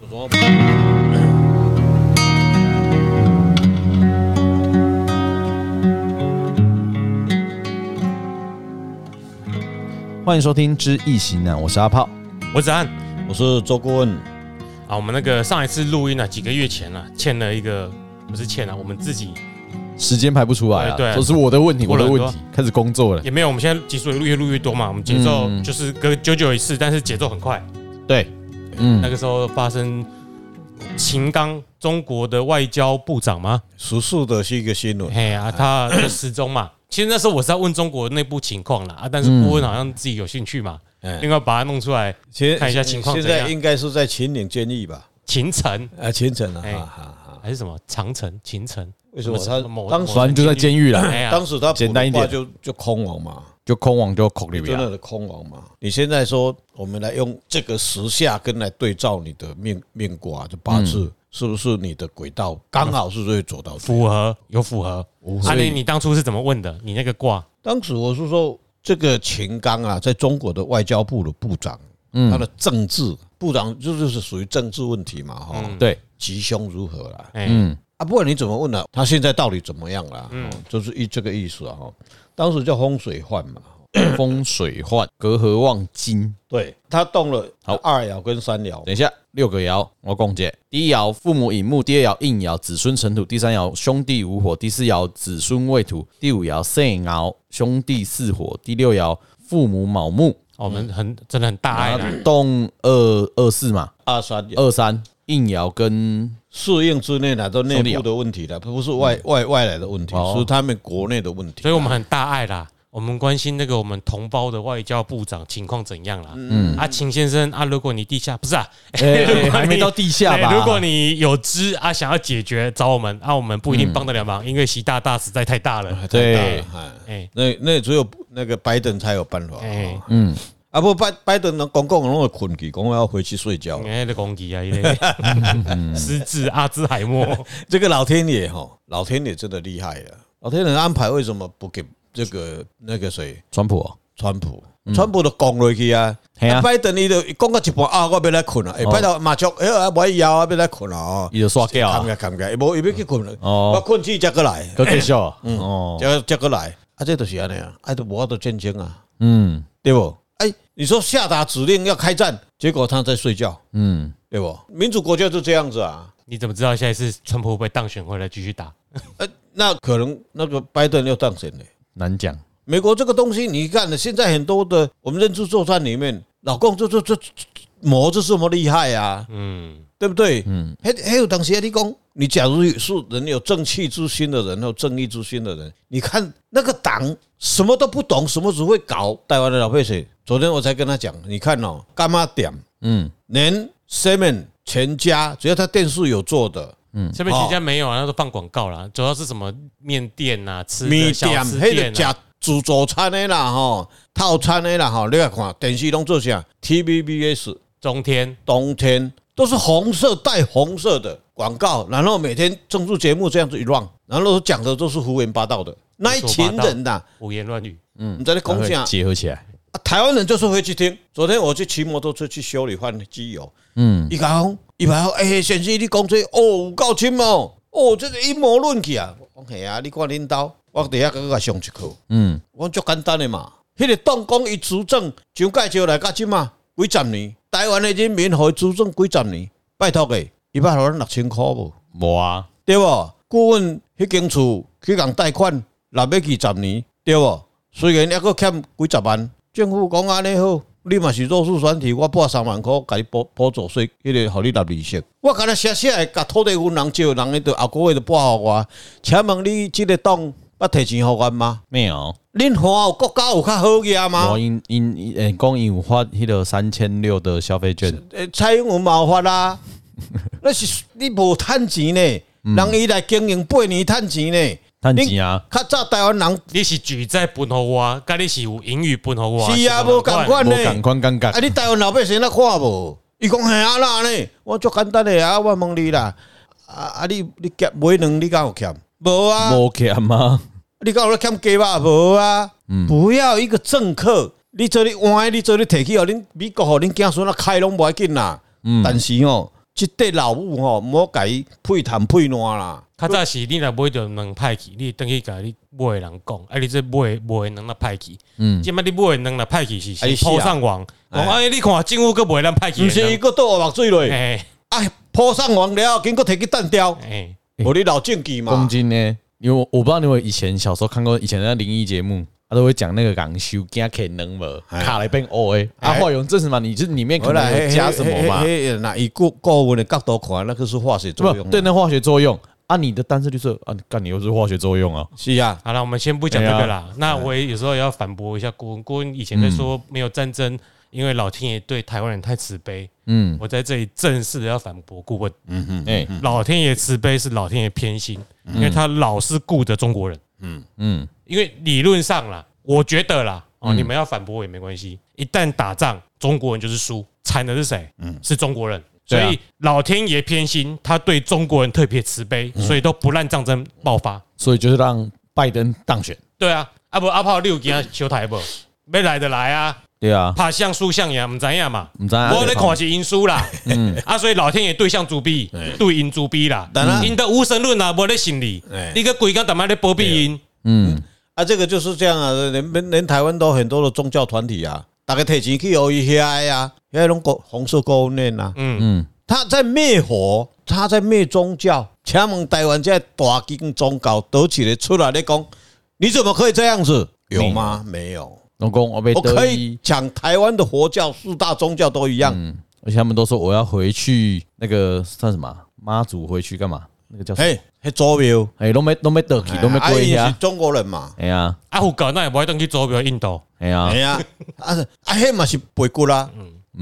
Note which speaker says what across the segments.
Speaker 1: 组装。
Speaker 2: 欢迎收听《知易行难》，我是阿炮。
Speaker 3: 我子安
Speaker 1: 我是周顾问，
Speaker 3: 啊，我们那个上一次录音啊，几个月前啊，欠了一个不是欠了、啊我们自己
Speaker 2: 时间排不出来啊，
Speaker 3: 哎对啊
Speaker 2: 都是我的问题，我
Speaker 3: 过了
Speaker 2: 的
Speaker 3: 很多
Speaker 2: 问题。开始工作了，
Speaker 3: 也没有，我们现在集数也越录越多嘛，我们节奏
Speaker 2: 嗯
Speaker 3: 就是隔久久一次，但是节奏很快。
Speaker 2: 对，
Speaker 3: 那
Speaker 2: 嗯，
Speaker 3: 个时候发生秦刚，中国的外交部长吗？
Speaker 1: 时事的是一个新闻，
Speaker 3: 嘿啊，他就失踪嘛。 其实那时候我是在问中国内部情况啦，啊，但是顾问好像自己有兴趣嘛，
Speaker 1: 嗯
Speaker 3: 另外把它弄出来
Speaker 1: 其实
Speaker 3: 看一下情况
Speaker 1: 现
Speaker 3: 怎样
Speaker 1: 在应该是在秦岭监狱吧？
Speaker 3: 秦城
Speaker 1: 啊，秦城啊，
Speaker 3: 哎
Speaker 1: 哈哈哈。
Speaker 3: 还是什么长城、秦城，
Speaker 1: 为什么
Speaker 3: 什
Speaker 1: 他
Speaker 3: 么某
Speaker 1: 当
Speaker 3: 某
Speaker 1: 时
Speaker 2: 反正就在监狱了，
Speaker 3: 哎呀，
Speaker 1: 当时他
Speaker 2: 简单一点
Speaker 1: 普通话就就空亡嘛，
Speaker 2: 就空网就口里啊
Speaker 1: 就
Speaker 2: 边
Speaker 1: 那。个空亡嘛。你现在说我们来用这个时下跟来对照你的命命卦，就八字是不是你的轨道刚好是会走到这样
Speaker 3: 符合有符合。
Speaker 2: 合
Speaker 3: 阿林，你当初是怎么问的？你那个卦，
Speaker 1: 当时我是说，这个秦刚啊，在中国的外交部的部长，他的政治部长就就是属于政治问题嘛，哈，
Speaker 3: 嗯
Speaker 2: 对，
Speaker 1: 吉凶如何啦？
Speaker 3: 哎、
Speaker 1: 啊，不管你怎么问了、他现在到底怎么样啦？嗯，就是一这个意思啊，哈。当时叫风水患嘛，
Speaker 2: 风水患，隔河望金。
Speaker 1: 对他动了二爻跟三爻，
Speaker 2: 等一下，六个爻，我共解。第一爻父母引木，第二爻应爻子孙成土，第三爻兄弟无火，第四爻子孙未土，第五爻肾爻兄弟巳火，第六爻父母卯木，啊
Speaker 3: 哦我们
Speaker 2: 嗯
Speaker 3: 很真的很大爱啦。
Speaker 2: 动二二四嘛，
Speaker 1: 二啊三爻
Speaker 2: 二三应爻跟
Speaker 1: 适应之内呢，都内
Speaker 2: 兄弟
Speaker 1: 部
Speaker 2: 爻
Speaker 1: 的问题了，不是外外外来的问题，
Speaker 2: 哦
Speaker 1: 是他们国内的问题。
Speaker 3: 所以我们很大爱啦。我们关心那个我们同胞的外交部长情况怎样啦？嗯，啊，秦先生啊，如果你地下不是啊，
Speaker 2: 哎
Speaker 3: 如果你
Speaker 2: 还没到地下吧
Speaker 3: 哎如果你有知啊，想要解决找我们啊，我们不
Speaker 2: 嗯
Speaker 3: 一定帮得了忙，因为习大大实在太大
Speaker 2: 哦
Speaker 3: 了。
Speaker 2: 对，
Speaker 1: 哎
Speaker 3: 哎
Speaker 1: 那那只有那个拜登才有办法。
Speaker 3: 哎
Speaker 1: 啊，不，拜拜登人讲讲拢会困去，讲要回去睡觉。
Speaker 3: 哎，的攻击啊，一类
Speaker 2: 嗯
Speaker 3: 失智阿兹海默，
Speaker 1: 这个老天爷哈，老天爷真的厉害了。老天爷安排为什么不给这个那个谁
Speaker 2: 川普哦，
Speaker 1: 川普？川普都讲落去啊，
Speaker 2: 嘿啊
Speaker 1: 啊拜登伊就讲到一半啊，我要来困啊，哎，拜登马上哎呀，我以后啊要来困啊，哦
Speaker 2: 伊就刷掉
Speaker 1: 看
Speaker 2: 啊，
Speaker 1: 个看个，无伊要去困了，
Speaker 2: 哦
Speaker 1: 我困去才过来，
Speaker 2: 可以笑啊哦，
Speaker 1: 才才过来，啊，这就是安尼啊，啊，都无法度战争啊，
Speaker 2: 嗯
Speaker 1: 对不？哎，你说下达指令要开战，结果他在睡觉，
Speaker 2: 嗯，
Speaker 1: 对不？民主国家就这样子啊，
Speaker 3: 你怎么知道下一次川普会不会当选回来继续打？
Speaker 1: 呃，那可能那个拜登又当选了。
Speaker 2: 难讲，
Speaker 1: 美国这个东西，你看了，现在很多的我们认知作战里面，老共这这这这魔这这么厉害啊，
Speaker 3: 嗯，
Speaker 1: 对不对？嗯，还还有当时你讲，你假如是人有正气之心的人，有正义之心的人，你看那个党什么都不懂，什么只会搞。台湾的老佩水，昨天我才跟他讲，你看哦，干妈点
Speaker 2: 嗯，
Speaker 1: 连 Seven 全家，只要他电视有做的，
Speaker 2: 嗯
Speaker 3: 这
Speaker 2: 哦
Speaker 3: 边全家没有啊，那都放广告啦，主要是什么面店啊，吃的
Speaker 1: 米店
Speaker 3: 小，吃
Speaker 1: 迄个
Speaker 3: 店啊，
Speaker 1: 食自助餐的啦吼，套餐的啦吼，你来看电视拢做啥？TVBS
Speaker 3: 中天
Speaker 1: 冬天都是红色带红色的广告，然后每天政治节目这样子一乱，然后讲的都是胡言八道的那一群人呐、
Speaker 3: 胡言乱语，
Speaker 1: 嗯，你在那讲啥
Speaker 2: 会？结合起来，
Speaker 1: 啊台湾人就是会去听。昨天我去骑摩托车去修理换机油，
Speaker 2: 嗯，
Speaker 1: 伊讲伊讲，哎、欸，先生你讲这哦有够深哦，哦这个阴谋论去啊，我讲嘿啊，你看恁兜，我底下个个上一课，
Speaker 2: 嗯，
Speaker 1: 我讲足简单的嘛，迄、个党讲伊主政上介绍来到即嘛几十年，台湾的人民互伊主政几十年，拜托诶，伊捌互咱六千箍无？
Speaker 2: 无啊，
Speaker 1: 对无？顾问迄间厝去共贷款，六百二十年，对无？虽然还佫欠几十万，政府讲安尼好，你嘛是弱势选体，我拨三万箍，甲你补补助税，迄、个互你纳利息。我敢若写写诶，哎甲土地分人借，人伊着后个月着拨互我。请问你即个党捌摕钱互阮吗？
Speaker 2: 没有，
Speaker 1: 恁华有国家有较好啊个吗
Speaker 2: 我？因因因诶，讲因有发迄个三千六的消费券，
Speaker 1: 呃，蔡英文嘛有 法啦，那是你无趁钱呢，人伊来经营八年趁钱呢，
Speaker 2: 嗯趁钱啊，
Speaker 1: 较早台湾 人
Speaker 3: 你是举债分给我，跟你是有盈余分给我，
Speaker 1: 是啊，
Speaker 3: 不
Speaker 1: 无共款
Speaker 2: 无
Speaker 1: 呢。
Speaker 2: 感官尴
Speaker 1: 啊，
Speaker 2: 尬，
Speaker 1: 你台湾老百姓那看无？伊讲嘿啊啦呢，我足简单诶啊，我问你啦，啊啊你你夹买两你敢有欠？无啊，
Speaker 2: 无欠吗？
Speaker 1: 你敢有咧欠鸡肉无啊？不要一个政客，你做你歪，你做你提起哦，恁美国吼恁囝孙啊开拢无要紧啦。但是哦，即块老母吼，毋好甲伊配谈配烂啦。
Speaker 3: 较早是你若买着两派去，你等去甲你买的人讲，啊，你这买的买的人若派去，
Speaker 2: 嗯，
Speaker 3: 即摆你买的人若派去是
Speaker 1: 啊
Speaker 3: 是
Speaker 1: 是啊
Speaker 3: 抛上网，讲
Speaker 1: 哎
Speaker 3: 哎，你看政府佫卖咱派去
Speaker 1: 毋
Speaker 3: 的
Speaker 1: 是啊伊
Speaker 3: 人，
Speaker 1: 个倒我目水落，
Speaker 3: 哎
Speaker 1: 啊，铺上完了，后，经过摕去弹掉，
Speaker 3: 哎，
Speaker 1: 无你老政治
Speaker 2: 公
Speaker 1: 嘛。
Speaker 2: 斤呢？因为我我不知道你们以前小时候看过以前的灵异节目，他都会讲那个港修加可能无
Speaker 1: 哎
Speaker 2: 卡了一边 O A，啊，
Speaker 1: 哎
Speaker 2: 后用证实嘛，你这里面可
Speaker 1: 后
Speaker 2: 能
Speaker 1: 来
Speaker 2: 有加什么嘛？
Speaker 1: 那以顾顾问的角度看，那个是化学
Speaker 2: 对
Speaker 1: 作
Speaker 2: 吧
Speaker 1: 用。？
Speaker 2: 对，，那化学作用啊，你的单色绿色啊，干你又是化学作用啊？
Speaker 1: 是啊，
Speaker 3: 好了，我们先不讲这个
Speaker 1: 哎
Speaker 3: 啦。那我也有时候也要反驳一下郭文，郭文以前在说没有战争，因为老天爷对台湾人太慈悲。
Speaker 2: 嗯，
Speaker 3: 我在这里正式的要反驳顾问，
Speaker 1: 嗯
Speaker 2: 哎，
Speaker 3: 老天爷慈悲是老天爷偏心，因为他老是顾着中国人。
Speaker 2: 嗯，
Speaker 3: 因为理论上啦，我觉得啦，哦，你们要反驳我也没关系。一旦打仗，中国人就是输，惨的是谁？是中国人。所
Speaker 2: 对啊
Speaker 3: 以老天爷偏心，他对中国人特别慈悲，所以都不让战争爆发。
Speaker 2: 所以就是让拜登当选，
Speaker 3: 对啊，啊不阿炮你有惊小台无？要来就来啊，
Speaker 2: 对啊，
Speaker 3: 拍向输向赢，毋知影嘛。
Speaker 2: 唔知啊
Speaker 3: 我咧看是因输啦，啊，所以老天爷对象自闭，对因自闭啦
Speaker 1: 嗯当，然
Speaker 3: 因的无神论啦，无咧信你
Speaker 1: 哎，
Speaker 3: 你个鬼干他妈咧包庇因，
Speaker 2: 嗯，
Speaker 1: 啊，这个就是这样啊，连连连台湾都很多的宗教团体啊，大家提钱去学伊遐的啊，遐拢国红色高念啊，
Speaker 3: 嗯，
Speaker 2: 嗯，
Speaker 1: 他在灭火，他在灭宗教。请问台湾这大金宗教躲起来出来咧讲，你怎么可以这样子？有吗？没有。
Speaker 2: 龙公我被
Speaker 1: 我
Speaker 2: 得
Speaker 1: 可
Speaker 2: 意
Speaker 1: 以讲台湾的佛教四大宗教都一样，
Speaker 2: 而且他们都说我要回去那个算什么啊妈祖回去干嘛？那个叫什么？
Speaker 1: 嘿，迄左庙，
Speaker 2: 哎，拢没拢没得去，拢没
Speaker 1: 哎啊
Speaker 2: 归
Speaker 1: 因为是
Speaker 2: 呀。
Speaker 1: 中国人嘛，
Speaker 2: 哎呀，
Speaker 3: 啊有搞那也不会当去做，比如印度，
Speaker 2: 哎呀
Speaker 1: 哎，呀，啊啊，迄嘛是背骨啦，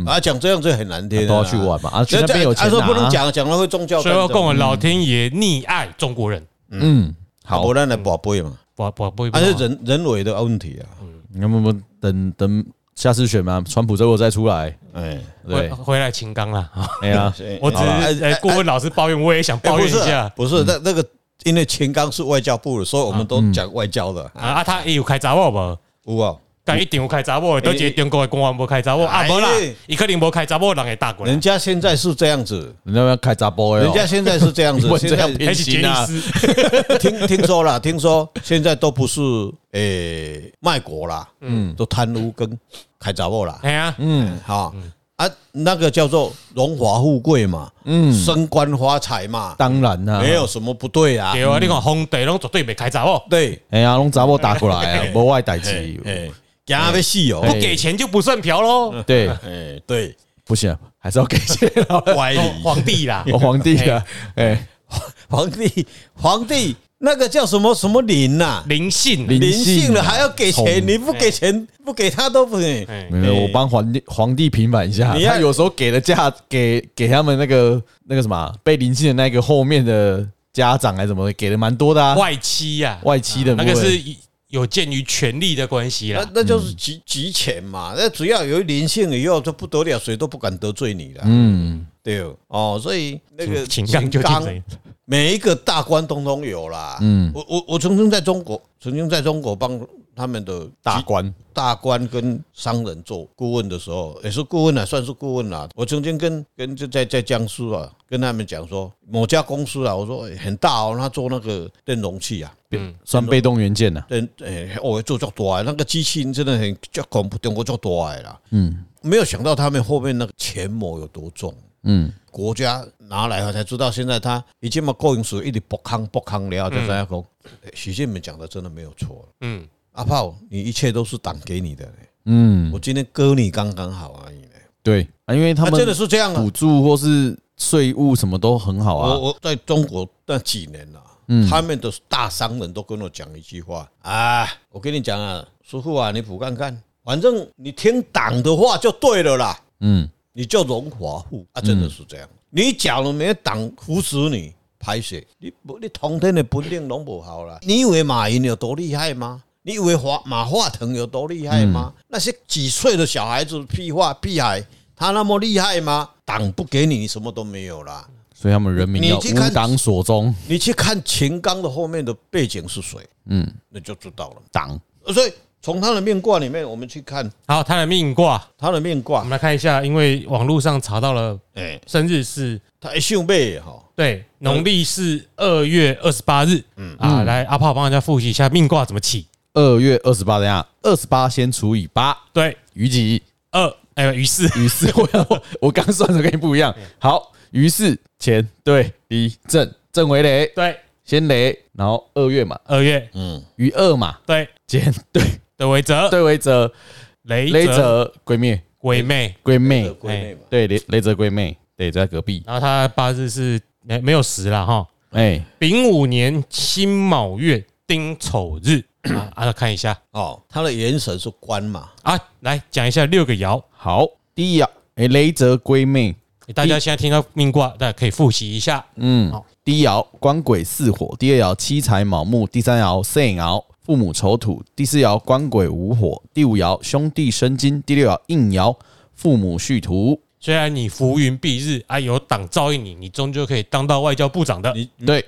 Speaker 1: 啊，讲这样就很难
Speaker 2: 嗯
Speaker 1: 听
Speaker 2: 都
Speaker 1: 了啦，
Speaker 2: 要去玩嘛。啊，去
Speaker 1: 这，
Speaker 2: 那
Speaker 1: 这
Speaker 2: 边有钱
Speaker 1: 啊说不能
Speaker 2: 拿。
Speaker 1: 讲，讲了会宗教
Speaker 3: 所
Speaker 1: 战
Speaker 3: 以
Speaker 1: 争。
Speaker 3: 我讲的
Speaker 1: 嗯
Speaker 3: 老天爷溺爱中国人，
Speaker 2: 嗯，好
Speaker 1: 好，，无咱来跋杯嘛，
Speaker 3: 不不不，
Speaker 1: 啊，是人人为的问题啊，
Speaker 3: 嗯
Speaker 2: 那么我们等等下次选嘛，川普之后再出来。
Speaker 1: 哎，
Speaker 3: 回
Speaker 2: 对，
Speaker 3: 回来秦刚啦。
Speaker 2: 哎 呀，
Speaker 1: 是
Speaker 3: 我只是呃，顾问老师抱怨，我也想
Speaker 1: 哎
Speaker 3: 抱
Speaker 1: 不
Speaker 3: 怨
Speaker 1: 是
Speaker 3: 一下啊
Speaker 1: 不
Speaker 2: 嗯
Speaker 1: 是，那那个因为秦刚是外交部的，所以我们都讲外交的，
Speaker 3: 啊啊，他也有开查某无？
Speaker 1: 有啊，
Speaker 3: 但一定有开查某的，都一个中国的公安无开查某啊，
Speaker 1: 哎
Speaker 3: 无啦，伊可能无开查某，人会打过来
Speaker 1: 人。家现在是这样子，
Speaker 2: 人家要开砸波哎
Speaker 1: 人，家现在是这 样
Speaker 2: 你
Speaker 1: 子，
Speaker 2: 问
Speaker 1: 现
Speaker 2: 这样
Speaker 1: 在
Speaker 2: 偏
Speaker 3: 还是杰
Speaker 2: 心
Speaker 3: 尼
Speaker 2: 啊？
Speaker 3: 斯，
Speaker 1: 听听说了，听说现在都不是诶卖国啦，嗯，都贪污跟开杂货啦，
Speaker 3: 哎呀，
Speaker 1: 嗯，好啊，那个叫做荣华富贵嘛，嗯，升官发财嘛，
Speaker 2: 当然啦，
Speaker 1: 没有。什么不对啊，
Speaker 3: 对啊，你看皇帝拢绝对袂开闸哦，
Speaker 1: 对，
Speaker 2: 哎呀，拢砸波打过来 啊，无外代
Speaker 1: 哎
Speaker 2: 志。
Speaker 1: 哎，惊要死
Speaker 3: 不
Speaker 1: 哦，
Speaker 3: 给钱就不算嫖喽，
Speaker 2: 对，
Speaker 1: 哎，对，
Speaker 2: 不行，还是要给钱啊，
Speaker 1: 歪理，
Speaker 3: 哦皇帝啦，
Speaker 2: 我皇帝 啊，哎，
Speaker 1: 皇帝，皇帝那个叫什么什么林呐，
Speaker 3: 灵性啊，
Speaker 2: 灵
Speaker 1: 林哎
Speaker 2: 性啊
Speaker 1: 性了还要给钱，
Speaker 2: 宠
Speaker 1: 你不给钱不给他都不给，
Speaker 3: 哎
Speaker 2: 没有，我帮皇帝皇帝平反一下。
Speaker 1: 你要
Speaker 2: 他有时候给的价，给给他们那个那个什么啊被临近的那个后面的家长还是什么的，给的蛮多的啊。
Speaker 3: 外戚呀，
Speaker 2: 外戚的
Speaker 3: 那个
Speaker 2: 部分
Speaker 3: 是有鉴于权力的关系
Speaker 1: 那
Speaker 3: 啦，
Speaker 1: 那就是集集钱嘛，那只要有灵性以后，就不得了，谁都不敢得罪你了。
Speaker 2: 嗯，
Speaker 1: 对哦，所以那个
Speaker 3: 秦刚就竞
Speaker 1: 秦刚
Speaker 3: 争，
Speaker 1: 每一个大官通通有啦。嗯，我我我曾经在中国，曾经在中国帮他们的
Speaker 2: 大
Speaker 1: 集
Speaker 2: 官，
Speaker 1: 大官跟商人做顾问的时候，也是顾问啊，算是顾问啦、我曾经跟跟就在在江苏啊，跟他们讲说，某家公司啊，我说、欸很大哦，他做那个电容器啊，
Speaker 2: 算被动元件呐。啊
Speaker 1: 嗯，诶、哦，做足大的，那个机器真的很足恐怖，中国足大的啦。嗯，没有想到他们后面那个钱谋有多重。
Speaker 2: 嗯，
Speaker 1: 国家拿来后才知道，现在他已经把郭永史一直不康不康了，就这样讲。哎诶习近平讲的真的没有错。
Speaker 3: 嗯，
Speaker 1: 阿炮，你一切都是党给你的、
Speaker 2: 嗯，
Speaker 1: 我今天割你刚刚好而已、
Speaker 2: 对啊，因为他
Speaker 1: 他真的
Speaker 2: 们
Speaker 1: 是这样啊
Speaker 2: 补！助或是税务什么都很好
Speaker 1: 我
Speaker 2: 啊。嗯
Speaker 1: 我在中国那几年了、他们的大商人都跟我讲一句话啊，我跟你讲啊，叔父啊，你补看看，反正你听党的话就对了啦，
Speaker 2: 嗯，
Speaker 1: 你就荣华富啊，真的是这样。你假如没有党扶持你，排水，你不你通天的本领拢不好啦。你以为马云有多厉害吗？你以为华马化腾有多厉害吗？那些几岁的小孩子屁话屁孩，他那么厉害吗？党不给你，你什么都没有啦。
Speaker 2: 所以他们人民要
Speaker 1: 你去看
Speaker 2: 无党所宗，
Speaker 1: 你去看秦刚的后面的背景是谁，
Speaker 2: 嗯，
Speaker 1: 那就知道了。
Speaker 2: 党
Speaker 1: 所以从他的命卦里面，我们去看
Speaker 3: 好，他的命卦，
Speaker 1: 他的命
Speaker 3: 我
Speaker 1: 卦
Speaker 3: 们，来看一下，因为网络上查到了
Speaker 1: 哎，
Speaker 3: 生日是
Speaker 1: 他一秀妹哈，
Speaker 3: 对，农历是二月二十八日。嗯啊，来阿炮帮大家复习一下命卦怎么起。
Speaker 2: 二月二十八，等一下二十八先除以八，
Speaker 3: 对，
Speaker 2: 余几？
Speaker 3: 二哎，于是
Speaker 2: 于是我我我刚算的跟你不一样。好，于是前对离正正为雷，
Speaker 3: 对
Speaker 2: 先雷，然后二月嘛，
Speaker 3: 二月
Speaker 1: 嗯，
Speaker 2: 于二嘛，
Speaker 3: 对
Speaker 2: 减对
Speaker 3: 的为泽
Speaker 2: 对为则
Speaker 3: 雷
Speaker 2: 雷
Speaker 3: 泽
Speaker 2: 泽闺蜜
Speaker 3: 鬼魅，
Speaker 2: 闺
Speaker 1: 的
Speaker 2: 妹，
Speaker 1: 闺妹嘛，
Speaker 2: 对雷雷泽闺妹，对在隔壁。
Speaker 3: 然后他八字是没没有时啦哈，
Speaker 2: 哎，
Speaker 3: 丙午年辛卯月丁丑 日啊，啊，看一下
Speaker 1: 哦，他的元神是官嘛，
Speaker 3: 啊，来讲一下六个爻，
Speaker 2: 好，第一爻，哎雷泽闺妹，
Speaker 3: 大家现在听到命卦，大家可以复习一下。
Speaker 2: 嗯
Speaker 3: 好，
Speaker 2: 第一爻官鬼巳火，第二爻七财卯木，第三爻肾爻父母丑土，第四爻官鬼午火，第五爻兄弟生金，第六爻应爻父母戌土。
Speaker 3: 虽然你浮云蔽日啊，有党照应你，你终究可以当到外交部长的。
Speaker 1: 你
Speaker 2: 对，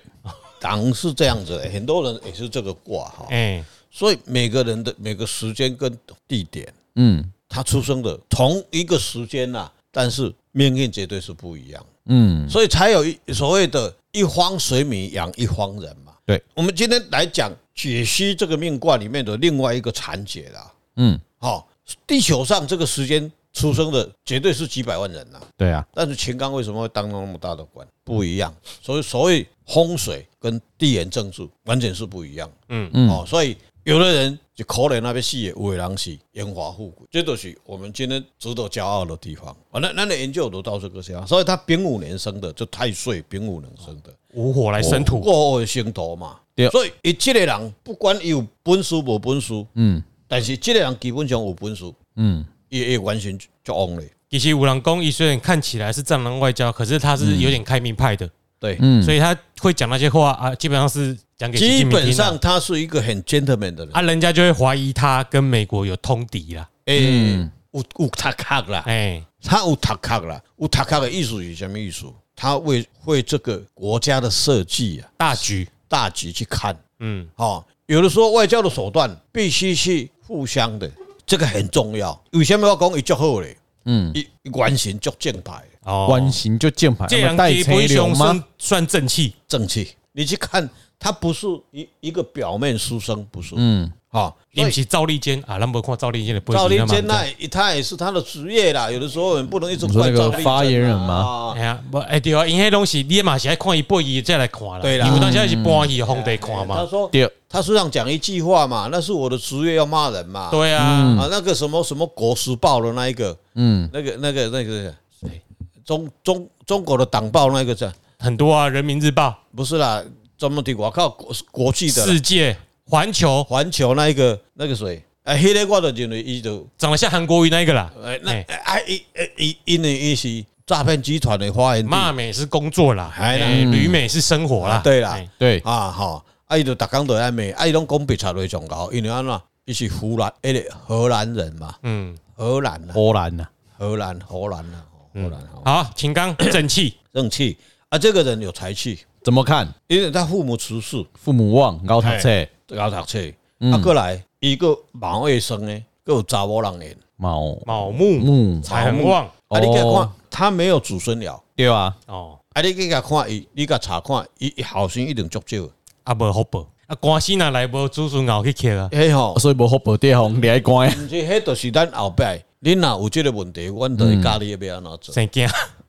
Speaker 1: 党是这样子的，很多人也是这个卦哈，
Speaker 3: 哎，
Speaker 1: 所以每个人的每个时间跟地点，
Speaker 2: 嗯
Speaker 1: 他出生的同一个时间呐、但是命运绝对是不一样，
Speaker 2: 嗯，
Speaker 1: 所以才有一所谓的“一方水米养一方人”嘛。
Speaker 2: 对，
Speaker 1: 我们今天来讲解析这个命卦里面的另外一个缠结啦。
Speaker 2: 嗯，
Speaker 1: 好、地球上这个时间出生的绝对是几百万人呐、
Speaker 2: 对啊，
Speaker 1: 但是秦刚为什么会当那么大的官？不一样，所以所谓风水跟地缘政治完全是不一样。
Speaker 3: 嗯
Speaker 2: 嗯
Speaker 1: 哦，所以有的人就可怜那边戏，有的人是荣华富贵，这都是我们今天值得骄傲的地方。啊，那那的研究都到这个地啊方，所以他丙午年生的就太岁，丙午年生的
Speaker 3: 无火来生土，
Speaker 1: 过后的星头嘛
Speaker 2: 哦对。
Speaker 1: 所以，伊这个人不管他有本事无本事，
Speaker 2: 嗯
Speaker 1: 但是这个人基本上有本事，
Speaker 2: 嗯，
Speaker 1: 也也完全就旺嘞。
Speaker 3: 以及五郎公益虽然看起来是战狼外交，可是他
Speaker 1: 嗯
Speaker 3: 是有点开明派的，
Speaker 1: 对，
Speaker 2: 嗯
Speaker 3: 所以他会讲那些话啊，基本上是讲给习
Speaker 1: 基
Speaker 3: 近平
Speaker 1: 本
Speaker 3: 听的
Speaker 1: 上他是一个很 gentleman 的人，
Speaker 3: 啊，人家就会怀疑他跟美国有通敌啦。
Speaker 1: 诶，有有塔卡啦，
Speaker 3: 嗯哎，
Speaker 1: 他有塔卡啦，有塔卡的艺术是什么艺术？他为为这个国家的设计啊，
Speaker 3: 大局，
Speaker 1: 大局去看。
Speaker 3: 嗯，
Speaker 1: 哦，有的时候外交的手段必须是互相的，这个很重要。为什么要讲伊足好嘞？
Speaker 2: 嗯，
Speaker 1: 伊原型足正派，
Speaker 3: 哦
Speaker 2: 关型就键盘，
Speaker 3: 这
Speaker 2: 啊那
Speaker 3: 人
Speaker 2: 么带
Speaker 3: 基
Speaker 2: 车
Speaker 3: 本
Speaker 2: 流
Speaker 3: 上
Speaker 2: 吗
Speaker 3: 算？算正气，
Speaker 1: 正气。你去看，他不是一一个表面书生，不是。
Speaker 2: 嗯，
Speaker 1: 哦，
Speaker 3: 你
Speaker 1: 所
Speaker 3: 不
Speaker 1: 以
Speaker 3: 是赵立坚啊，咱们看赵立坚的不会
Speaker 1: 赵
Speaker 3: 比
Speaker 1: 立
Speaker 3: 那么
Speaker 1: 坚
Speaker 3: 好
Speaker 1: 那也他也是他的职业啦，有的时候我们不能一直
Speaker 2: 你说
Speaker 1: 怪
Speaker 2: 那个
Speaker 1: 赵立坚啊
Speaker 2: 发言人吗
Speaker 1: 啊
Speaker 3: 哎呀，不，哎对啊，因迄东西你嘛是爱看伊背伊再来看啦，
Speaker 1: 对啦嗯
Speaker 3: 因为当时是搬去皇帝看
Speaker 1: 哎他
Speaker 3: 嘛，
Speaker 1: 说
Speaker 2: 对，
Speaker 1: 他书上讲一句话嘛，那是我的职业要骂人嘛。
Speaker 3: 对啊，
Speaker 1: 啊，那个什么什么国时报的那一个，
Speaker 2: 嗯，
Speaker 1: 那个那个那个谁，中中中国的党报那个叫
Speaker 3: 很多啊，《人民日报
Speaker 1: 不是啦，专门的我靠国国》际的啦
Speaker 3: 世界、环球，
Speaker 1: 环球那一个那个谁，哎，迄个我就认为伊就
Speaker 3: 长得像韩国瑜那一个啦，
Speaker 1: 哎那
Speaker 3: 哎
Speaker 1: 哎伊哎伊因为伊是诈骗集团的发言地
Speaker 3: 骂美是工作啦，哎
Speaker 1: 哎啦，
Speaker 3: 旅美是生活啦，
Speaker 1: 对啦
Speaker 3: 哎，
Speaker 2: 对，
Speaker 1: 啊吼，啊伊就逐工都在骂，啊伊拢讲白贼类上高，因为安怎样，伊是湖南迄个荷兰人嘛，
Speaker 3: 嗯，
Speaker 1: 荷兰啊。
Speaker 2: 波兰呐，
Speaker 1: 荷兰，荷兰啊，哦荷兰哦，
Speaker 3: 好，秦刚正气，
Speaker 1: 正气啊，这个人有才气，
Speaker 2: 怎么看？
Speaker 1: 因为他父母出事，
Speaker 2: 父母旺，高塔车
Speaker 1: 搞读册，啊，过来伊个蛮卫生呢，还有查某人缘，
Speaker 2: 卯
Speaker 3: 卯木
Speaker 2: 木，
Speaker 3: 财很旺
Speaker 1: 啊，你甲看
Speaker 2: 哦
Speaker 1: 他没有子孙了，
Speaker 2: 对啊，
Speaker 3: 哦，
Speaker 1: 啊，你去甲看伊，你甲查看伊，伊后生一定足少，
Speaker 3: 啊无好报，啊关系若来无子孙熬去吃啊，
Speaker 1: 嘿吼，
Speaker 2: 所以无好保地方你爱关
Speaker 1: 毋是，迄就是咱后摆，你若有即个问题，阮就会教你要安怎么做，
Speaker 3: 生惊，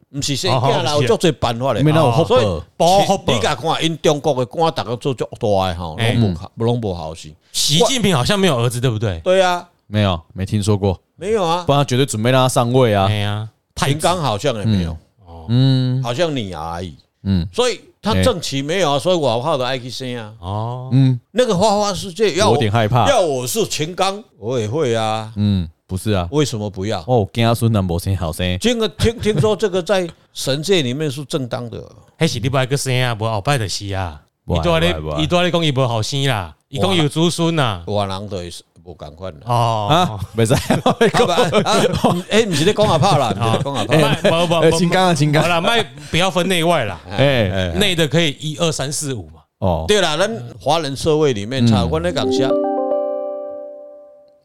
Speaker 1: 毋是生囝啦，
Speaker 3: 哦
Speaker 1: 有
Speaker 3: 是啊
Speaker 1: 足侪办法咧哦
Speaker 2: 没。那有好
Speaker 1: 所以
Speaker 2: 保，
Speaker 3: 保
Speaker 1: 其
Speaker 3: 好保
Speaker 1: 你甲看，因中国的官，逐个做足大诶吼，
Speaker 3: 哎
Speaker 1: 拢无拢无好事。
Speaker 3: 习近平好像没有儿子，对不对？
Speaker 1: 对啊，
Speaker 2: 没有没听说过，
Speaker 1: 没有啊
Speaker 2: 不，然他绝对准备让他上位啊
Speaker 3: 哎。呀，太
Speaker 1: 秦刚好像也没有，
Speaker 2: 嗯
Speaker 1: 好像你而已。
Speaker 2: 嗯
Speaker 1: 所以他
Speaker 2: 哎
Speaker 1: 正奇没有啊，所以我好的 I K 生啊，
Speaker 3: 哦，
Speaker 2: 嗯，
Speaker 1: 那个花花世界要
Speaker 2: 我有点害怕。
Speaker 1: 要我是秦刚，我也会啊，
Speaker 2: 嗯，不是啊，
Speaker 1: 为什么不要？
Speaker 2: 哦，惊孙男无生好生。
Speaker 1: 听个听听说这个在神界里面是正当的，
Speaker 3: 迄是你不爱个生啊，无后摆就是啊。伊拄仔咧
Speaker 2: 不爱不爱不，爱
Speaker 3: 伊拄仔咧讲伊无后生啦，伊讲有子孙呐。
Speaker 1: 我人都是无共款 的。
Speaker 2: 啊
Speaker 3: 哦，，
Speaker 2: 没在。
Speaker 1: 啊不啊 啊哎，不是你讲阿怕啦，不是你讲阿
Speaker 3: 不
Speaker 1: 怕，
Speaker 3: 不不
Speaker 2: 呃，
Speaker 3: 不，
Speaker 2: 金刚啊，金
Speaker 3: 好
Speaker 2: 刚。
Speaker 3: 啦，卖不要分内外啦，
Speaker 2: 哎哎，
Speaker 3: 内的可以一二三四五嘛。
Speaker 2: 哦，嗯
Speaker 1: 对啦，咱华人社会里面，差我咧讲啥？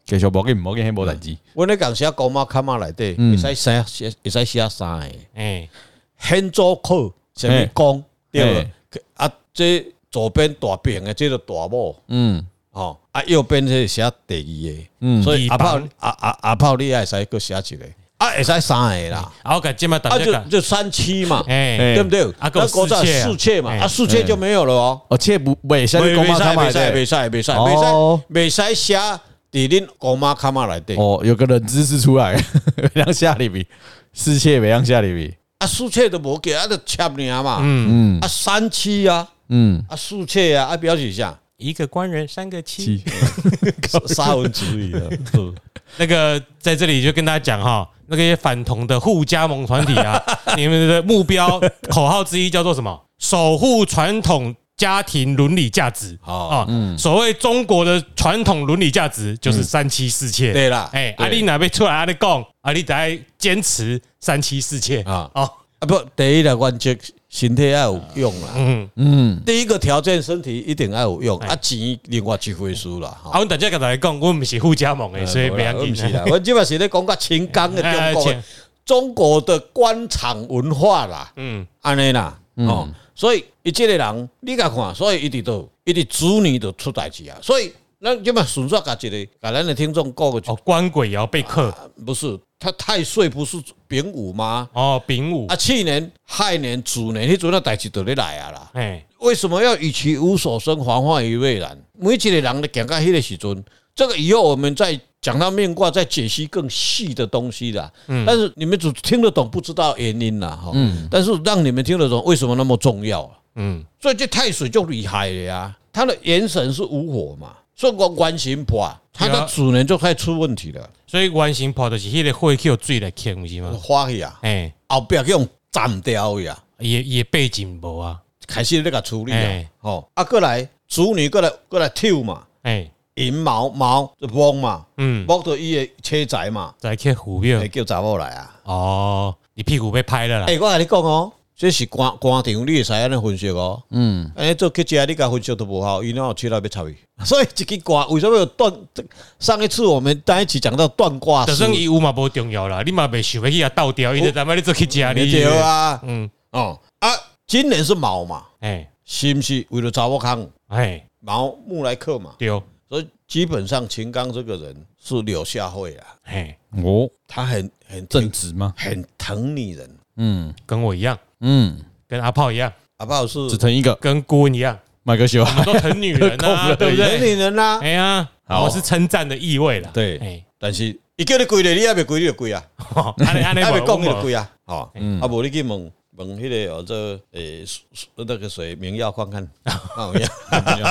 Speaker 2: 继续无紧无紧，迄无代志。嗯
Speaker 1: 阮咧共写高妈卡嘛内底，会使写写会使写三个，
Speaker 3: 哎，
Speaker 1: hen 做口，啥物
Speaker 2: 嘿
Speaker 1: 公对
Speaker 2: 嘿
Speaker 1: 无？啊，这左边大病的，这个大某。
Speaker 2: 嗯，
Speaker 1: 吼、啊右边这是写第二个，
Speaker 2: 嗯
Speaker 1: 所以
Speaker 3: 二
Speaker 1: 阿炮
Speaker 3: 班
Speaker 1: 阿阿阿炮你也会使搁写一个，啊会使三个
Speaker 2: 嗯
Speaker 1: 啦，
Speaker 3: 然后感今嘛
Speaker 1: 啊
Speaker 3: 大
Speaker 1: 就
Speaker 3: 家感，
Speaker 1: 就三七嘛，
Speaker 3: 哎
Speaker 2: 哎
Speaker 1: 对不对？
Speaker 3: 啊还有
Speaker 1: 国
Speaker 3: 四妾啊
Speaker 1: 四妾嘛，
Speaker 3: 哎
Speaker 1: 啊四妾就没有了哦，
Speaker 2: 而且不袂使
Speaker 1: 袂
Speaker 2: 讲
Speaker 1: 袂
Speaker 2: 嘛
Speaker 1: 使
Speaker 2: 他妈
Speaker 1: 袂使
Speaker 2: 的
Speaker 1: 袂。使袂使
Speaker 2: 哦
Speaker 1: 袂使袂使写伫恁姑妈卡妈内底，
Speaker 2: 哦，有个冷知识出来， 袂当下里比，世界袂当下里比。
Speaker 1: 啊四妾都无给，啊就切尔嘛，
Speaker 3: 嗯，
Speaker 2: 嗯
Speaker 1: 啊三七啊，
Speaker 2: 嗯，
Speaker 1: 啊四妾啊，啊表示啥？
Speaker 3: 一个官人三个妻。
Speaker 2: 七
Speaker 1: 沙文主义 啊，是
Speaker 3: 那个在这里就跟大家讲哈，那个反同的互加盟团体啊，你们的目标口号之一叫做什么？守护传统家庭伦理价值
Speaker 1: 哦
Speaker 3: 啊。所谓中国的传统伦理价值就是三妻四妾。
Speaker 1: 嗯对啦
Speaker 3: 哎，
Speaker 1: 对
Speaker 3: 阿丽哪被出来阿丽讲，啊阿丽在坚持三妻四妾
Speaker 1: 啊
Speaker 3: 啊。哦，
Speaker 1: 啊不，第一个原则身体要有用啦。
Speaker 3: 嗯，
Speaker 2: 嗯，哎
Speaker 1: 第一个条件，身体一定要有用，啊钱另外一回事啦。
Speaker 3: 啊，我们大家跟大家讲，我们是互加盟的，所以不要
Speaker 1: 我
Speaker 3: 紧啊
Speaker 1: 不。是呃啦，啊我即嘛是咧讲个情感的中国的
Speaker 3: 哎
Speaker 1: 中国的官场文化啦，
Speaker 3: 嗯，
Speaker 1: 安尼啦，哦，所以伊即个人你甲看，所以伊伫倒，伊伫主年就出代志啊，所以咱即嘛顺续甲一个甲咱的听众讲个，
Speaker 3: 哦，官鬼也要被克
Speaker 1: 不是他太岁不是丙午吗？
Speaker 3: 哦，丙午
Speaker 1: 啊，，去年亥年猪年迄阵啊代志就咧来啊啦。
Speaker 3: 哎，
Speaker 1: 为什么要以其无所生，还患于未然？每一个人的行到迄个时阵，这个以后我们再讲到面卦，再解析更细的东西啦。
Speaker 3: 嗯
Speaker 1: 但是你们只听得懂，不知道原因啦，哈。但是让你们听得懂，为什么那么重要啊？
Speaker 3: 嗯，
Speaker 1: 所以这太水就厉害了呀，他的元神是无火嘛，所以我原神破，他
Speaker 3: 对
Speaker 1: 的
Speaker 3: 啊
Speaker 1: 主人就快出问题了，
Speaker 3: 所以原型跑的是迄个火去有水来欠，不是吗？
Speaker 1: 花去啊，
Speaker 3: 哎、
Speaker 1: 后壁去用斩掉呀。
Speaker 3: 也也背景无啊，
Speaker 1: 开始那个处理啊
Speaker 3: 哎，
Speaker 1: 哦，啊，过来主女过来过来跳嘛，
Speaker 3: 哎、
Speaker 1: 银毛毛就摸嘛，
Speaker 3: 嗯，
Speaker 1: 摸到伊的车仔嘛，
Speaker 3: 再去虎庙
Speaker 1: 会叫查某来啊。
Speaker 3: 哦，你屁股被拍了啦，
Speaker 1: 诶，我甲你讲哦，这是官官场，你会使安尼分析哦。嗯，安尼做客家你甲分析都无效，伊哪有去那边插伊？ 所以一个卦为什么有断？上一次我们单一起讲到断卦
Speaker 3: 就
Speaker 1: 术，
Speaker 3: 算伊有嘛无重要啦，你嘛袂想要去遐倒掉，伊就知影你做去食
Speaker 1: 你
Speaker 3: 你。
Speaker 1: 哦对啊，
Speaker 3: 嗯，
Speaker 1: 哦啊，今年是卯嘛，
Speaker 3: 哎
Speaker 1: 是不是为了查某康
Speaker 3: 哎，
Speaker 1: 卯木来克嘛？
Speaker 3: 对，
Speaker 1: 所以基本上秦刚这个人是柳下惠啊，
Speaker 3: 哎，
Speaker 2: 哦，
Speaker 1: 他很很
Speaker 2: 正直吗？
Speaker 1: 很疼女人，
Speaker 2: 嗯
Speaker 3: 跟我一样，
Speaker 2: 嗯，
Speaker 3: 跟阿炮一样，
Speaker 1: 阿爸是
Speaker 2: 只疼一个
Speaker 3: 跟顾问一样，
Speaker 2: 麦克修
Speaker 3: 我，们都疼女 人
Speaker 2: 够
Speaker 3: 啊，
Speaker 2: 了
Speaker 3: 对不
Speaker 1: 疼
Speaker 3: 对？
Speaker 1: 女人啦、
Speaker 3: 哎呀，
Speaker 2: 好
Speaker 3: 我是称赞的意味啦。
Speaker 1: 对
Speaker 3: 哎，
Speaker 1: 但是伊叫你跪咧，你也袂跪，你就跪啊，
Speaker 3: 哦安尼安 尼
Speaker 1: 也袂讲你就
Speaker 3: 无，
Speaker 1: 跪啊，
Speaker 2: 哎
Speaker 1: 吼，啊无你去问问迄个哦，这诶那个谁明耀看 看，哦，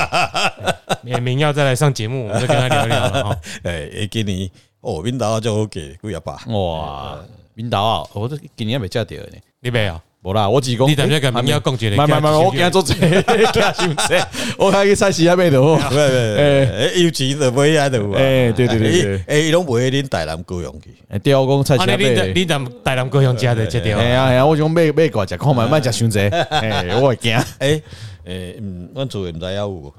Speaker 3: 明明要再来上节目，我们再跟他聊聊了哦哈。
Speaker 1: 诶，哎今年哦，领导就好给几啊 把，
Speaker 2: 哇，领导啊，我都今年袂食着呢。
Speaker 3: 你袂哦，
Speaker 2: 无啦，我只讲
Speaker 3: 你等下跟明耀讲一
Speaker 2: 个，
Speaker 3: 个
Speaker 2: 哎慢慢慢，我
Speaker 3: 啊
Speaker 2: 今仔做这， 加心这，我开去菜市遐买就 好。
Speaker 1: 喂喂，诶，有钱就买遐就有啊，
Speaker 2: 哎对对对对
Speaker 1: 诶，伊拢袂恁台南高雄去，
Speaker 2: 哎对啊，我讲菜
Speaker 3: 啊，
Speaker 2: 市
Speaker 3: 你你
Speaker 2: 遐买
Speaker 3: 你。咱台南高雄家的这条啊
Speaker 2: 哎，呀哎呀，我想买买过来食看卖，卖食伤济，哎，我会惊。
Speaker 1: 诶诶，嗯，阮厝诶毋知影有。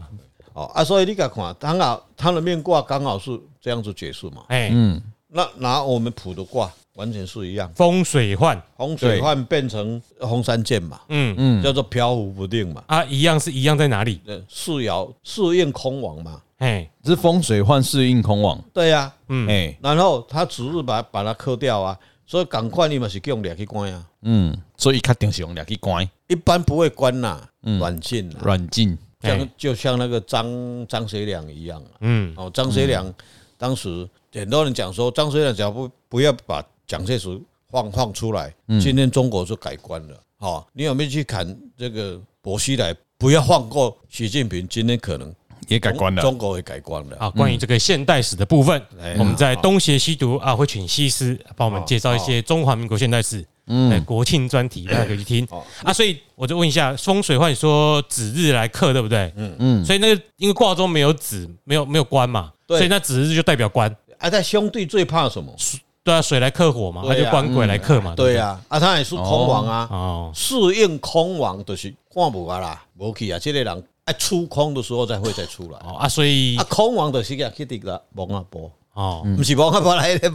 Speaker 1: 哦啊，所以你甲看，刚好他的面卦刚好是这样子解释嘛。
Speaker 2: 嗯
Speaker 3: 哎，
Speaker 1: 那拿我们普的卦完全是一样，
Speaker 3: 风水患，
Speaker 1: 洪水患变成红山剑嘛，
Speaker 3: 嗯嗯，
Speaker 1: 嗯，叫做漂浮不定嘛，
Speaker 3: 啊，一样是一样在哪里？
Speaker 1: 呃，四爻四应空亡嘛，
Speaker 3: 哎，
Speaker 2: 这是风水换适应空网，
Speaker 1: 对呀、
Speaker 3: 嗯，
Speaker 2: 哎，
Speaker 1: 然后他指日把把它克掉啊，所以赶快你嘛是叫掠去关啊，
Speaker 2: 嗯，所以较定是用俩去关
Speaker 1: 一般不会关呐、软禁啦，
Speaker 2: 软禁，
Speaker 1: 像就像那个张张学良一样啊，
Speaker 3: 嗯，
Speaker 1: 哦，张学良当时很多人讲说，张学良只要不不要把蒋介石放放出来，
Speaker 3: 嗯
Speaker 1: 今天中国就改观了。哦，你有没有去看这个薄熙来？不要放过习近平，今天可能
Speaker 2: 也改关了。
Speaker 1: 中国会改观了。
Speaker 3: 啊，关于这个现代史的部分，
Speaker 1: 哎
Speaker 3: 我们在东邪西毒啊，会请西施帮我们介绍一些中华民国现代史。嗯，国庆专题大家可以去听
Speaker 1: 嗯
Speaker 3: 啊，所以我就问一下风水话，你说指日来克，对不对？嗯嗯，所以那个因为卦中没有指，没有没有官嘛，
Speaker 1: 对
Speaker 3: 所以那指日就代表官，
Speaker 1: 啊，但兄弟最怕什么？
Speaker 3: 对啊，水来克火嘛，
Speaker 1: 对
Speaker 3: 那
Speaker 1: 啊
Speaker 3: 就官鬼来克嘛，
Speaker 1: 对
Speaker 3: 呀，
Speaker 1: 啊，啊，他也是空亡啊，
Speaker 3: 哦，
Speaker 1: 适应空亡就是看无啊啦，无去啊，这个人啊出空的时候才会再出来。
Speaker 3: 哦啊，所以
Speaker 1: 啊，空亡就是去去滴啦，亡啊波。
Speaker 3: 哦，
Speaker 1: 不是王阿伯来的，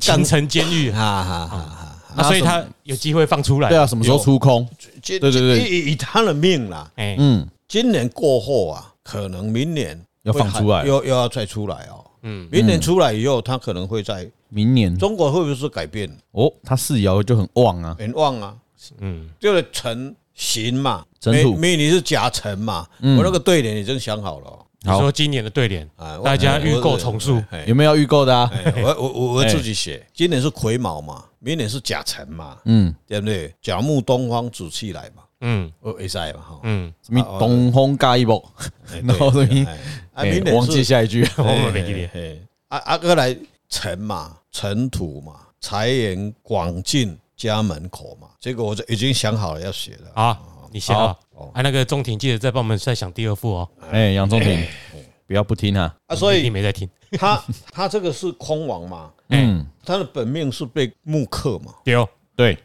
Speaker 3: 秦城监狱
Speaker 1: 哈哈哈哈，
Speaker 3: 啊，所以他有机会放出来。
Speaker 2: 对啊，，什么时候出空？
Speaker 1: 对
Speaker 2: 对对对
Speaker 1: 以以他的命啦，
Speaker 3: 哎，
Speaker 2: 嗯，
Speaker 1: 今年过后啊，可能明年
Speaker 2: 要放出来
Speaker 1: 会又又要再出来哦。
Speaker 3: 嗯，
Speaker 1: 明年出来以后，他可能会在
Speaker 2: 明年
Speaker 1: 中国会不会是改变
Speaker 2: 哦，他四爻就很旺啊，
Speaker 1: 很旺啊？
Speaker 3: 嗯，
Speaker 1: 就是辰行嘛，
Speaker 2: 辰土
Speaker 1: 没你是甲辰嘛，我那个对联已经想好了哦
Speaker 3: 你说今年的对联
Speaker 1: 啊，，
Speaker 3: 大家预购重
Speaker 1: 数
Speaker 3: 塑，。
Speaker 1: 哎
Speaker 2: 有没有要预购的啊？
Speaker 1: 哎我我我我自己写，今年是癸卯嘛，明年是甲辰嘛，
Speaker 2: 嗯，
Speaker 1: 对不对？甲木东方主气来嘛，
Speaker 3: 嗯
Speaker 1: 我会塞嘛哈。
Speaker 3: 嗯，
Speaker 2: 什么东风加一波，
Speaker 1: 哎
Speaker 2: 然后
Speaker 1: 对
Speaker 2: 什么
Speaker 1: 哎啊，
Speaker 2: 哎
Speaker 1: 明年
Speaker 2: 忘
Speaker 1: 是
Speaker 2: 记下一句，
Speaker 3: 我们哦没记得。
Speaker 1: 嘿，啊啊，哥来尘嘛，尘土嘛，财源广进家门口嘛，这个我就已经想好了要写了。
Speaker 3: 好啊，你先啊
Speaker 1: 好，
Speaker 3: 啊，那个中庭记得再帮我们再想第二副哦，
Speaker 2: 哎，杨仲庭，不要不听啊，
Speaker 1: 啊，所
Speaker 3: 你
Speaker 1: 以
Speaker 3: 没在听，
Speaker 1: 他他这个是空亡嘛，
Speaker 2: 嗯，
Speaker 1: 他的本命是被木克嘛，
Speaker 3: 丢，
Speaker 2: 对，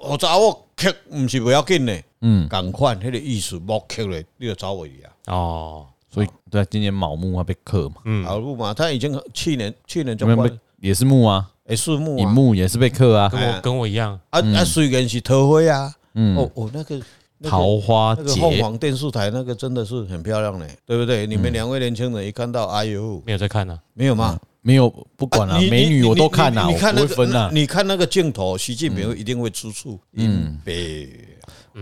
Speaker 1: 我找我克唔是不要紧呢，
Speaker 2: 嗯，
Speaker 1: 赶快那个意思木克嘞，你就找我啊一样。
Speaker 3: 哦，
Speaker 2: 所以对，今年卯木啊被克嘛，
Speaker 3: 嗯，
Speaker 1: 好不嘛，他已经去年去年就
Speaker 2: 有没有
Speaker 1: 关
Speaker 2: 被也是木啊，
Speaker 1: 哎是木
Speaker 2: 寅
Speaker 1: 啊，
Speaker 2: 木也是被克啊，
Speaker 3: 跟我跟我一样，
Speaker 1: 啊啊虽然是桃花啊，
Speaker 2: 嗯
Speaker 1: 哦，哦那个那个
Speaker 2: 桃花
Speaker 1: 那个凤
Speaker 2: 节，
Speaker 1: 凰电视台那个真的是很漂亮嘞、对不对？你们两位年轻人一看到，哎呦，
Speaker 3: 没有在看啊呢，
Speaker 1: 没有吗？
Speaker 2: 没有不嗯管
Speaker 1: 啊
Speaker 2: 了，
Speaker 1: 你
Speaker 2: 美
Speaker 1: 你
Speaker 2: 女我都看啊，
Speaker 1: 你
Speaker 2: 我
Speaker 1: 你看
Speaker 2: 不
Speaker 1: 那
Speaker 2: 会
Speaker 1: 个
Speaker 2: 分啊，
Speaker 1: 你看那个镜头，习近平一定会吃醋。嗯，北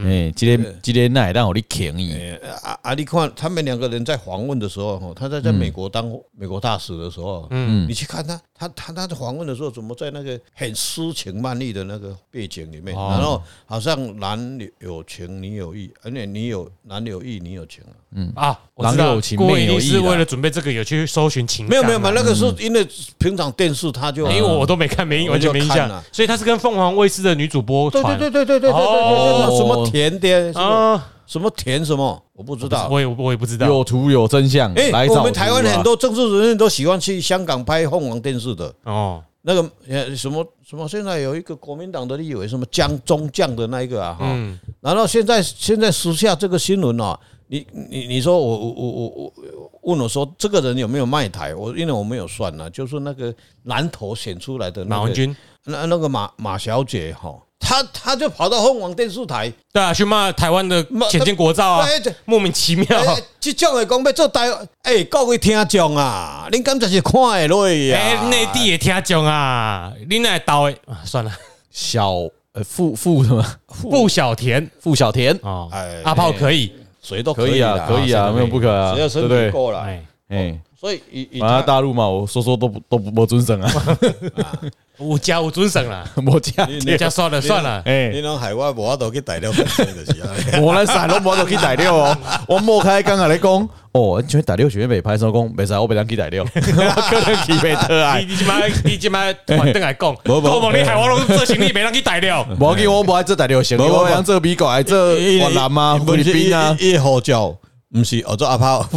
Speaker 2: 哎，今天今天那也让我的便宜，
Speaker 1: 呃啊啊！你看他们两个人在访问的时候，哈，他在在美国当
Speaker 2: 嗯
Speaker 1: 美国大使的时候，嗯，你去看他，他他他在访问的时候，怎么在那个很诗情曼丽的那个背景里面，
Speaker 3: 哦
Speaker 1: 然后好像男有情，女有意，而且你有男有意，女有情啊。
Speaker 3: 啊，我知
Speaker 2: 郎
Speaker 3: 道
Speaker 2: 有，情
Speaker 3: 郭
Speaker 2: 妹
Speaker 3: 一
Speaker 2: 有
Speaker 3: 定
Speaker 2: 意
Speaker 3: 是
Speaker 2: 啦
Speaker 3: 为了准备这个有去搜寻情感啊，
Speaker 1: 没有没有没有，那个是因为平常电视他就
Speaker 3: 因为我我都没看，没
Speaker 1: 我
Speaker 3: 完全没印
Speaker 1: 就看
Speaker 3: 象
Speaker 1: 了，
Speaker 3: 所以她是跟凤凰卫视的女主播
Speaker 1: 对对
Speaker 3: 团
Speaker 1: 对对对对对对对，
Speaker 3: 哦
Speaker 1: 那什么田的什么
Speaker 3: 啊，
Speaker 1: 什么田什么，我不知道。
Speaker 3: 我也我也不知道，
Speaker 2: 有图有真相，来
Speaker 1: 哎，
Speaker 2: 找
Speaker 1: 我们台湾
Speaker 2: 图啊
Speaker 1: 很多政治人物都喜欢去香港拍凤凰电视的
Speaker 3: 哦，
Speaker 1: 那个呃什么什么，现在有一个国民党的立委什么江中将的那一个啊哈，
Speaker 3: 嗯，
Speaker 1: 然后现在现在时下这个新闻啊，你你你说我我我我我问我说这个人有没有卖台？我因为我没有算呢，就是那个南投选出来的那
Speaker 3: 马
Speaker 1: 个
Speaker 3: 文君，
Speaker 1: 那那个马马小姐哈，她她就跑到凤凰电视台，
Speaker 3: 对啊，去骂台湾的浅见国造啊
Speaker 1: 哎，这
Speaker 3: 莫名其妙，
Speaker 1: 哎这种的讲要做台，哎，各位听众啊，恁敢真是看会落去啊？
Speaker 3: 哎，内地也听讲啊，你那刀诶，啊算了，
Speaker 2: 小呃傅傅什么
Speaker 1: 哦
Speaker 3: 傅小田
Speaker 2: 傅小田，
Speaker 3: 哦
Speaker 1: 哎，
Speaker 3: 阿炮可以，
Speaker 1: 谁都
Speaker 2: 可以
Speaker 1: 以
Speaker 2: 啊，
Speaker 1: 啦
Speaker 2: 可以
Speaker 3: 谁都可
Speaker 2: 啊，
Speaker 3: 以
Speaker 2: 没有不可啊，
Speaker 1: 只
Speaker 2: 对
Speaker 1: 要身
Speaker 2: 不
Speaker 1: 体
Speaker 2: 对？
Speaker 1: 够了，
Speaker 3: 哎，
Speaker 2: 哎，
Speaker 1: 所以以以
Speaker 2: 反正
Speaker 1: 他
Speaker 2: 大陆嘛，我说说都不都不没准绳啊，
Speaker 3: 有家有尊神啦，
Speaker 2: 没加
Speaker 3: 人家算了算 了，
Speaker 1: 你
Speaker 2: 哎，
Speaker 1: 拢海外无法度去台了，就是 啊。
Speaker 2: 我来散都无都去逮掉哦。我莫开刚才咧讲，哦，你像逮掉学妹拍手工，袂使我被人去 逮掉，我可能去袂得啊
Speaker 3: 你。你即摆你即 摆反正来讲，
Speaker 1: 哎 无哎无
Speaker 3: 我望你海王龙做行李没人去逮了，
Speaker 2: 无要紧，我无爱做逮掉行，
Speaker 1: 无无无
Speaker 2: 我想做美国，爱做越南啊、菲律宾啊，
Speaker 1: 一号叫不是哦，做阿炮，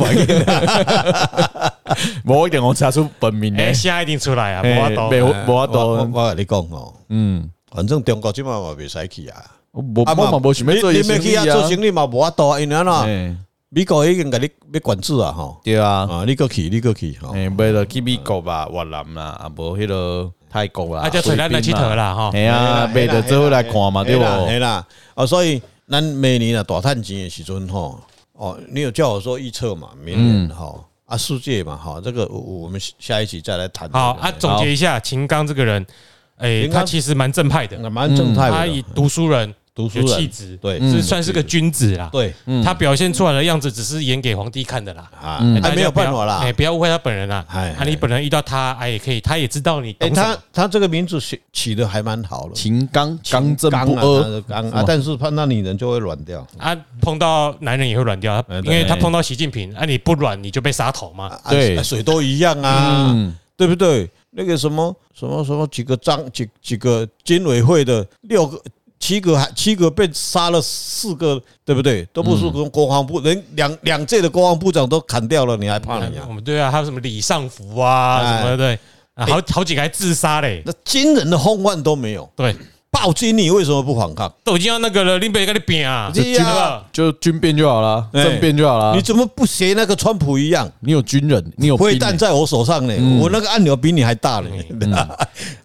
Speaker 2: 无一定我查出本名
Speaker 3: 哎，
Speaker 2: 咧。
Speaker 3: 声一定出来啊，
Speaker 2: 哎
Speaker 3: 无法度，
Speaker 2: 没有无法
Speaker 1: 我
Speaker 2: 度，啊
Speaker 1: 我跟你讲哦，
Speaker 2: 嗯，
Speaker 1: 反正中国即嘛嘛袂使去啊。
Speaker 2: 我无我嘛无想要做
Speaker 1: 你
Speaker 2: 伊
Speaker 1: 你
Speaker 2: 生
Speaker 1: 要去
Speaker 2: 意
Speaker 1: 啊做
Speaker 2: 啊。
Speaker 1: 生意嘛无法度，因为呐，
Speaker 2: 哎
Speaker 1: 美国已经甲你要管制啊吼。
Speaker 2: 对啊，
Speaker 1: 啊，你个去，你个去
Speaker 3: 哎
Speaker 1: 吼。
Speaker 2: 诶，为了去美国吧、越南啦，啊无迄个泰国啦，
Speaker 3: 啊就找咱来佚佗啦吼
Speaker 2: 哎呀，为了最后来看嘛，对不？
Speaker 1: 系哦啦，啊，所以咱每年啊大探钱的时阵吼，哦，你有叫我说预测嘛，明年
Speaker 3: 嗯
Speaker 1: 哈啊世界嘛哈，这个我我们下一期再来谈。哎
Speaker 3: 好啊，总结一下，秦刚这个人，哎，
Speaker 1: 秦刚
Speaker 3: 他其实蛮正派的，
Speaker 1: 啊，蛮正派
Speaker 3: 嗯他以
Speaker 1: 的，
Speaker 3: 读书人、
Speaker 1: 读书
Speaker 3: 有气
Speaker 1: 人，
Speaker 3: 质，
Speaker 1: 对嗯
Speaker 3: 是算是个嗯君子啦。
Speaker 1: 对嗯
Speaker 3: 他表现出来的样子只是演给皇帝看的啦。
Speaker 1: 啊，
Speaker 3: 哎大
Speaker 1: 哎
Speaker 3: 家
Speaker 1: 没有
Speaker 3: 不要
Speaker 1: 办法啦
Speaker 3: 哎，。不要误会他本人啦。
Speaker 1: 哎
Speaker 3: 啊，你本人遇到他，哎，也可以，他也知道你
Speaker 1: 哎，
Speaker 3: 懂什
Speaker 1: 他
Speaker 3: 么。
Speaker 1: 他这个名字起起的还蛮好了，
Speaker 2: 秦刚刚正
Speaker 1: 刚
Speaker 2: 不
Speaker 1: 啊，他
Speaker 2: 阿，
Speaker 1: 的刚啊，但是碰到女人就会软掉。
Speaker 3: 啊，碰到男人也会软掉，
Speaker 1: 哎
Speaker 3: 因
Speaker 1: 对
Speaker 3: 为他碰到习近平，啊，你不软你就被杀头嘛。
Speaker 1: 啊
Speaker 2: 对
Speaker 1: 啊水都一样啊，
Speaker 3: 嗯
Speaker 2: 嗯
Speaker 1: 对不对？那个什么什么什么几个张几几个军委会的六个七个还七个被杀了四个，对不对？都不是国国防部人两两届的国防部长都砍掉了，你还怕你
Speaker 3: 啊
Speaker 1: 啊
Speaker 3: 我？们对啊，还有什么李尚福啊，
Speaker 1: 哎
Speaker 3: 什么的对，啊好好几个还自杀嘞。
Speaker 1: 那惊人的风范都没有，
Speaker 3: 对，
Speaker 1: 暴君你为什么不反抗？
Speaker 3: 都已经要那个了，林北跟你拼啊，
Speaker 1: 是啊
Speaker 3: 对吧？
Speaker 2: 就军变就好了，
Speaker 1: 哎
Speaker 2: 政变就好了
Speaker 1: 你。怎么不学那个川普一样？
Speaker 2: 你有军人，你有
Speaker 1: 灰
Speaker 2: 兵
Speaker 1: 弹在我手上呢，我那个按钮比你还大呢。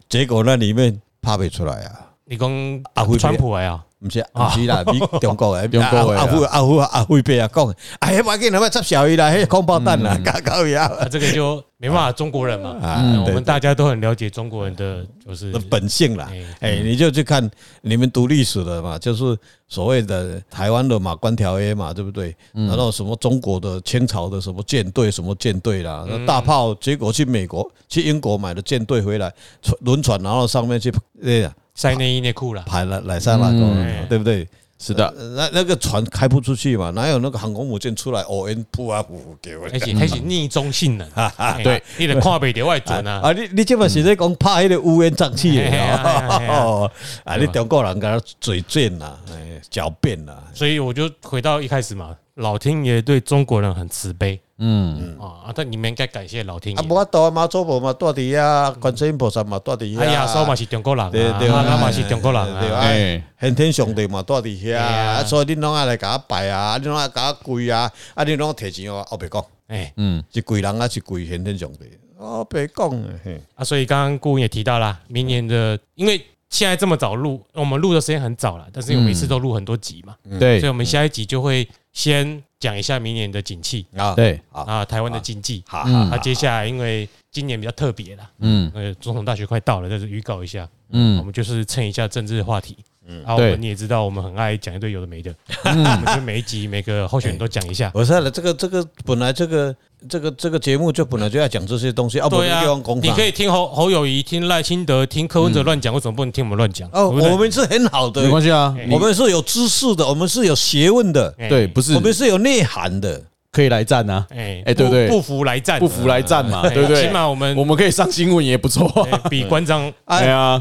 Speaker 1: 结果那里面拍不出来啊，
Speaker 3: 你讲
Speaker 1: 啊会
Speaker 3: 川普哎啊，
Speaker 1: 不是不是啦，比中国的
Speaker 2: 中国的啦
Speaker 1: 啊阿辉阿辉阿辉伯啊讲，哎，我给你们插小鱼啦，嘿，空包弹啦，搞搞呀，
Speaker 3: 啊这个就没办法，中国人嘛，
Speaker 1: 啊
Speaker 3: 嗯我
Speaker 1: 对
Speaker 3: 们大家都很了解中国人的就是
Speaker 1: 本性啦。哎，你就去看你们读历史的嘛，就是所谓的台湾的马关条约嘛，对不对？然后什么中国的清朝的什么舰队什么舰队啦，那大炮，结果去美国去英国买的舰队回来，船轮船，然后上面去哎呀
Speaker 3: 塞内衣内裤 啦，
Speaker 1: 排了来上那
Speaker 3: 嗯
Speaker 1: 个，对不对？
Speaker 2: 是的，
Speaker 1: 呃那那个船开不出去嘛，哪有那个航空母舰出来哦？嗯，扑啊扑给我
Speaker 3: 而且开始逆中性 能，哎
Speaker 2: 对，
Speaker 3: 你得跨北的外转啊，
Speaker 1: 啊！你你这嘛是在讲拍迄个乌烟瘴气的
Speaker 3: 嘿啊嘿啊嘿啊
Speaker 1: 哦， 啊！你中国人跟他嘴贱啦，哎狡辩啦，
Speaker 3: 所以我就回到一开始嘛，老天爷对中国人很慈悲
Speaker 2: 嗯，
Speaker 3: 啊，啊但你们应该感谢老天
Speaker 1: 啊！
Speaker 3: 爷。
Speaker 1: 无法度啊，妈祖婆嘛住伫啊，观世音菩萨嘛住伫
Speaker 3: 啊，亚
Speaker 1: 啊
Speaker 3: 叔嘛，是中国人
Speaker 1: 对
Speaker 3: 啊，
Speaker 1: 对
Speaker 3: 啊，
Speaker 1: 啊
Speaker 3: 咱嘛是中国人
Speaker 1: 对
Speaker 3: 啊
Speaker 1: 啊，
Speaker 2: 哎，
Speaker 1: 先天上帝嘛住伫遐
Speaker 3: 嘿啊
Speaker 1: 啊，所以你拢爱来甲我拜啊，你拢爱甲我跪啊，啊你拢提钱哦，我白讲，
Speaker 3: 哎
Speaker 2: 嗯
Speaker 1: 是跪人啊，是跪先天上帝，我白讲的，嘿
Speaker 3: 啊，所以刚刚顾问也提到啦，明年的因为现在这么早录，我们录的时间很早了，但是因为我们每次都录很多集
Speaker 1: 嗯
Speaker 3: 嘛，
Speaker 2: 对
Speaker 3: 所以我们下一集就会先讲一下明年的景气
Speaker 1: 啊，
Speaker 2: 对，
Speaker 1: 好
Speaker 3: 啊，台湾的经济。
Speaker 1: 好，
Speaker 2: 嗯
Speaker 3: 啊，接下来因为今年比较特别啦，
Speaker 2: 嗯
Speaker 3: 呃，总统大学快到了，在这预告一下，我
Speaker 2: 嗯
Speaker 3: 们就是蹭一下政治话题。嗯，啊，我
Speaker 2: 对
Speaker 3: 们你也知道，我们很爱讲一堆有的没的，
Speaker 1: 嗯
Speaker 3: 我们就每一集每个候选人都讲一下。
Speaker 1: 我说了，这个这个本来这个这个这个节目就本来就要讲这些东西，
Speaker 2: 哦
Speaker 1: 啊，不
Speaker 3: 对
Speaker 1: 是
Speaker 3: 啊
Speaker 1: 地方工，
Speaker 3: 你
Speaker 1: 厂
Speaker 3: 可。以听侯侯友谊、听赖清德、听柯文哲乱讲，为什么不能听我们乱讲？
Speaker 1: 哦，
Speaker 3: 对不对
Speaker 1: 我们是很好的
Speaker 2: 没，关系啊，
Speaker 1: 我
Speaker 2: 你
Speaker 1: 们是有知识的，我们是有学问的，
Speaker 3: 哎
Speaker 2: 对，不是
Speaker 1: 我们是有内涵的。
Speaker 2: 可以来战啊，
Speaker 3: 哎
Speaker 2: 哎对不对
Speaker 3: 不服来战，
Speaker 2: 不服来战嘛，
Speaker 3: 哎
Speaker 2: 对不对？
Speaker 3: 起码我们
Speaker 2: 我们可以上新闻也不错啊，
Speaker 3: 哎 比官长
Speaker 2: 哎
Speaker 1: 啊
Speaker 2: 呀，
Speaker 1: 啊，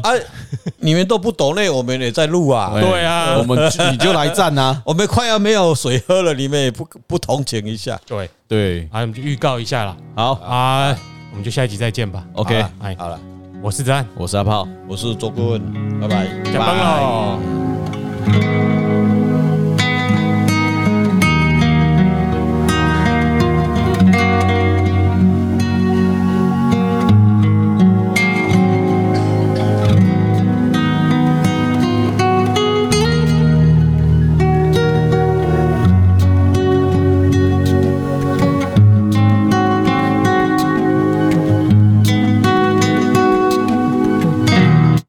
Speaker 1: 你们都不懂嘞，我们也在录啊
Speaker 2: 哎。
Speaker 3: 对啊
Speaker 2: 我们就你就来战啊，
Speaker 1: 我们快要没有水喝了，你们也不不同情一下。
Speaker 3: 对，啊
Speaker 2: 对，
Speaker 3: 好，我们就预告一下了
Speaker 2: 好
Speaker 3: 啊，我们就下一集再见吧。
Speaker 2: ，OK，
Speaker 1: 好
Speaker 3: 哎
Speaker 1: 了，好了，
Speaker 3: 我是子安，
Speaker 2: 我是阿炮，
Speaker 1: 我是周顾问，拜拜。
Speaker 3: 下班喽。
Speaker 2: 拜